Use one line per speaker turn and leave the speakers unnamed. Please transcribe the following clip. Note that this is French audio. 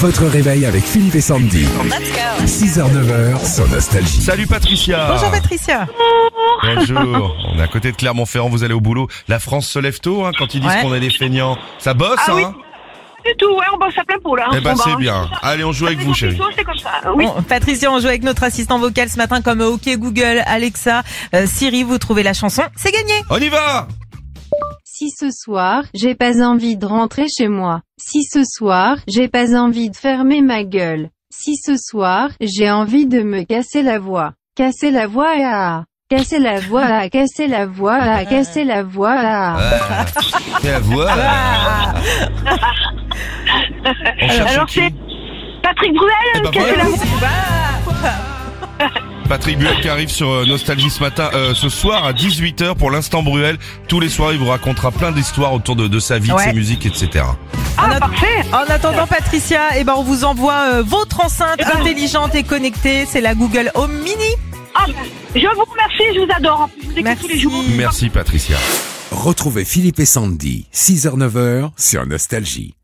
Votre réveil avec Philippe et Sandy.
Let's go.
6h, 9h, sans nostalgie.
Salut Patricia
Bonjour Patricia.
Bonjour. On est à côté de Clermont-Ferrand, vous allez au boulot. La France se lève tôt hein, quand ils disent
Ouais.
qu'on est des feignants. Ça bosse,
Ah oui,
hein
du tout, ouais, on bosse à plein pot là. hein,
Eh ben
On va-
c'est bien. Allez, on joue avec
C'est
vous,
comme
chérie.
ça, C'est comme ça, Ah, oui.
Bon, Patricia, on joue avec notre assistant vocal ce matin comme euh, OK Google, Alexa, euh, Siri, vous trouvez la chanson, c'est gagné.
On y va
Si ce soir, j'ai pas envie de rentrer chez moi. Si ce soir, j'ai pas envie de fermer ma gueule. Si ce soir, j'ai envie de me casser la voix. Casser la voix à... Casser la voix à... Casser la voix à... Casser la voix à...
Ah, C'est la voix.
Ah
Ah.
On cherche
bah, Alors,
Oh, qui
c'est- Patrick Bruel,
Eh ben,
casser
voilà.
la voix.
Patrick Bruel qui arrive sur euh, Nostalgie ce matin, euh, ce soir à 18h pour l'instant Bruel. Tous les soirs, il vous racontera plein d'histoires autour de, de sa vie,
Ouais.
de ses musiques, etc.
En,
Ah,
at-
parfait.
en attendant Patricia, eh ben on vous envoie euh, votre enceinte intelligente et connectée, c'est la Google Home Mini.
Ah, ben, je vous remercie, je vous adore. En plus, je vous écoute tous les jours.
Merci Patricia.
Retrouvez Philippe et Sandy, 6h, 9h, sur Nostalgie.